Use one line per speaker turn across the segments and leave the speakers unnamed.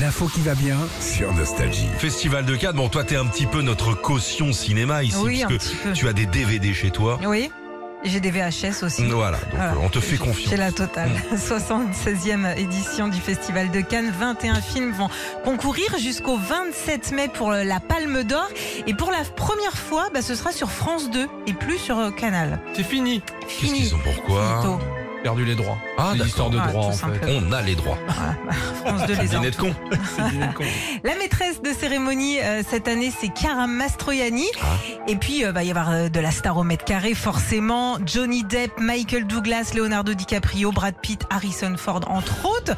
L'info qui va bien sur Nostalgie.
Festival de Cannes, bon toi t'es un petit peu notre caution cinéma ici,
Oui, un
puisque
petit peu.
tu as des DVD chez toi.
Oui, j'ai des VHS aussi.
Voilà, donc
Voilà.
euh, on te fait confiance. Mm.
C'est la totale. 76e édition du Festival de Cannes. 21 films vont concourir jusqu'au 27 mai pour la Palme d'Or. Et pour la première fois, bah, ce sera sur France 2 et plus sur euh, Canal.
C'est fini.
Qu'est-ce qu'ils ont pourquoi
Finito.
Perdu les droits.
Ah,
C'est
d'accord.
l'histoire de
Ah,
droits
tout
en fait.
simplement.
On a les droits.
Voilà. France 2 les a.
Dîner de con.
C'est dîner de con.
La maîtresse de cérémonie euh, cette année, c'est Cara Mastroianni.
Ah.
Et puis, euh, va y avoir euh, de la star au mètre carré, forcément. Johnny Depp, Michael Douglas, Leonardo DiCaprio, Brad Pitt, Harrison Ford, entre autres.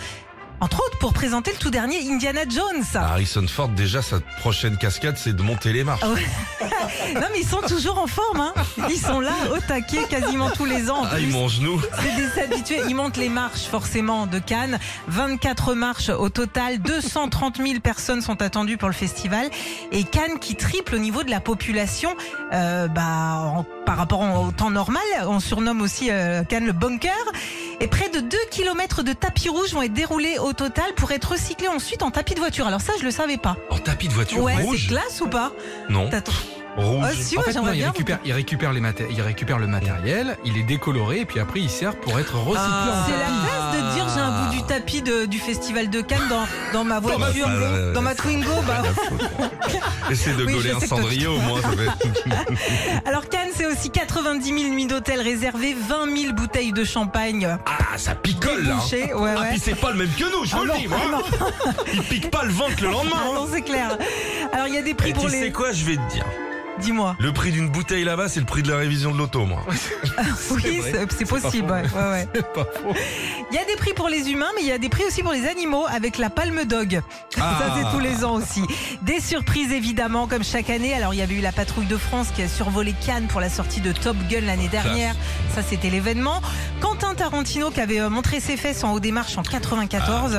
Entre autres, pour présenter le tout dernier Indiana Jones.
Harrison Ford, déjà sa prochaine cascade, c'est de monter les marches.
Ah ouais. Non, mais ils sont toujours en forme. Hein. Ils sont là, au taquet, quasiment tous les ans. en
Ah, ils
plus.
mangent nous.
C'est des habitués. Ils montent les marches, forcément, de Cannes. 24 marches au total. 230 000 personnes sont attendues pour le festival. Et Cannes qui triple au niveau de la population, euh, bah, en- par rapport au temps normal. On surnomme aussi euh, Cannes le bunker. Et près de 2 km de tapis rouges vont être déroulés au total pour être recyclés ensuite en tapis de voiture. Alors ça, je le savais pas.
En tapis de voiture
Ouais, c'est
rouge
classe ou pas
Non,
T'as-
rouge.
Ah, si,
En
ouais,
fait, non,
j'aimerais
il
bien.
récupère, il récupère les maté- il récupère le matériel, il est décoloré et puis après il sert pour être recyclé
Ah.
en
C'est la
tapis.
classe de dire j'ai un bout du tapis de- du festival de Cannes dans, dans ma
ma
voiture,
Twingo.
dans ma, Twingo.
Ah,
Bah.
Essaye de
Oui,
gauler
je
un
sais que toi,
cendrier au moins. ça fait-
Alors Cannes, c'est aussi 90 000 nuits d'hôtel réservées, 20 000 bouteilles de champagne
Ah, ça picole là. hein.
bouchées. Ouais,
Ah,
ouais.
puis c'est pas le même que nous, je vous le dis. moi. Il pique pas le ventre le
Ah
lendemain.
non, c'est clair. Alors il y a des prix
Et
pour
hein. tu sais
les.
quoi, je vais te dire.
Dis-moi.
Le prix d'une bouteille là-bas, c'est le prix de la révision de l'auto, moi.
Oui, c'est- c'est possible. ouais,
pas
ouais, ouais.
C'est pas faux.
Il y a des prix pour les humains, mais il y a des prix aussi pour les animaux avec la palme dog.
Ah.
Ça, c'est tous les ans aussi. Des surprises, évidemment, comme chaque année. Alors, il y avait eu la patrouille de France qui a survolé Cannes pour la sortie de Top Gun l'année
Oh,
dernière. Ça, c'était l'événement. Quentin Tarantino qui avait euh, montré ses fesses en haut des marches en
Ah,
94.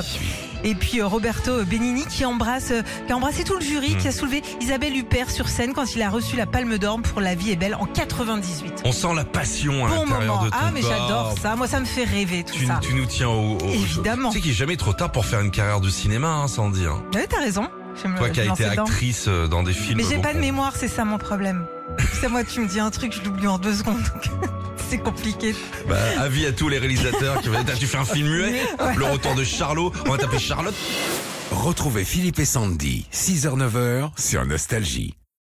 Et puis euh, Roberto Benigni qui embrasse, euh, qui a embrassé tout le jury,
Mm.
Hmm.
qui a soulevé Isabelle Huppert sur scène quand il a reçu la Palme d'Or pour La Vie est belle en 98.
On sent la passion à
Bon
l'intérieur
moment.
de ton
Ah, mais
corps.
j'adore ça. Moi, ça me fait rêver tout
Tu,
ça.
tu nous tiens au, au-
Évidemment.
Tu sais qu'il n'est jamais trop tard pour faire une carrière de cinéma, hein, Sandy. hein.
Ouais, t'as raison. Euh, Je vais me
Toi qui as
lancer
été
dedans.
actrice euh, dans des films.
Mais j'ai
bon,
pas de
on-
mémoire, c'est ça mon problème. C'est moi, tu me dis un truc, je l'oublie en deux secondes. donc C'est compliqué.
Bah, avis à tous les réalisateurs qui veulent. Tu fais un film muet Le retour de Charlot. On va t'appeler Charlotte.
Retrouvez Philippe et Sandy, 6h-9h sur Nostalgie.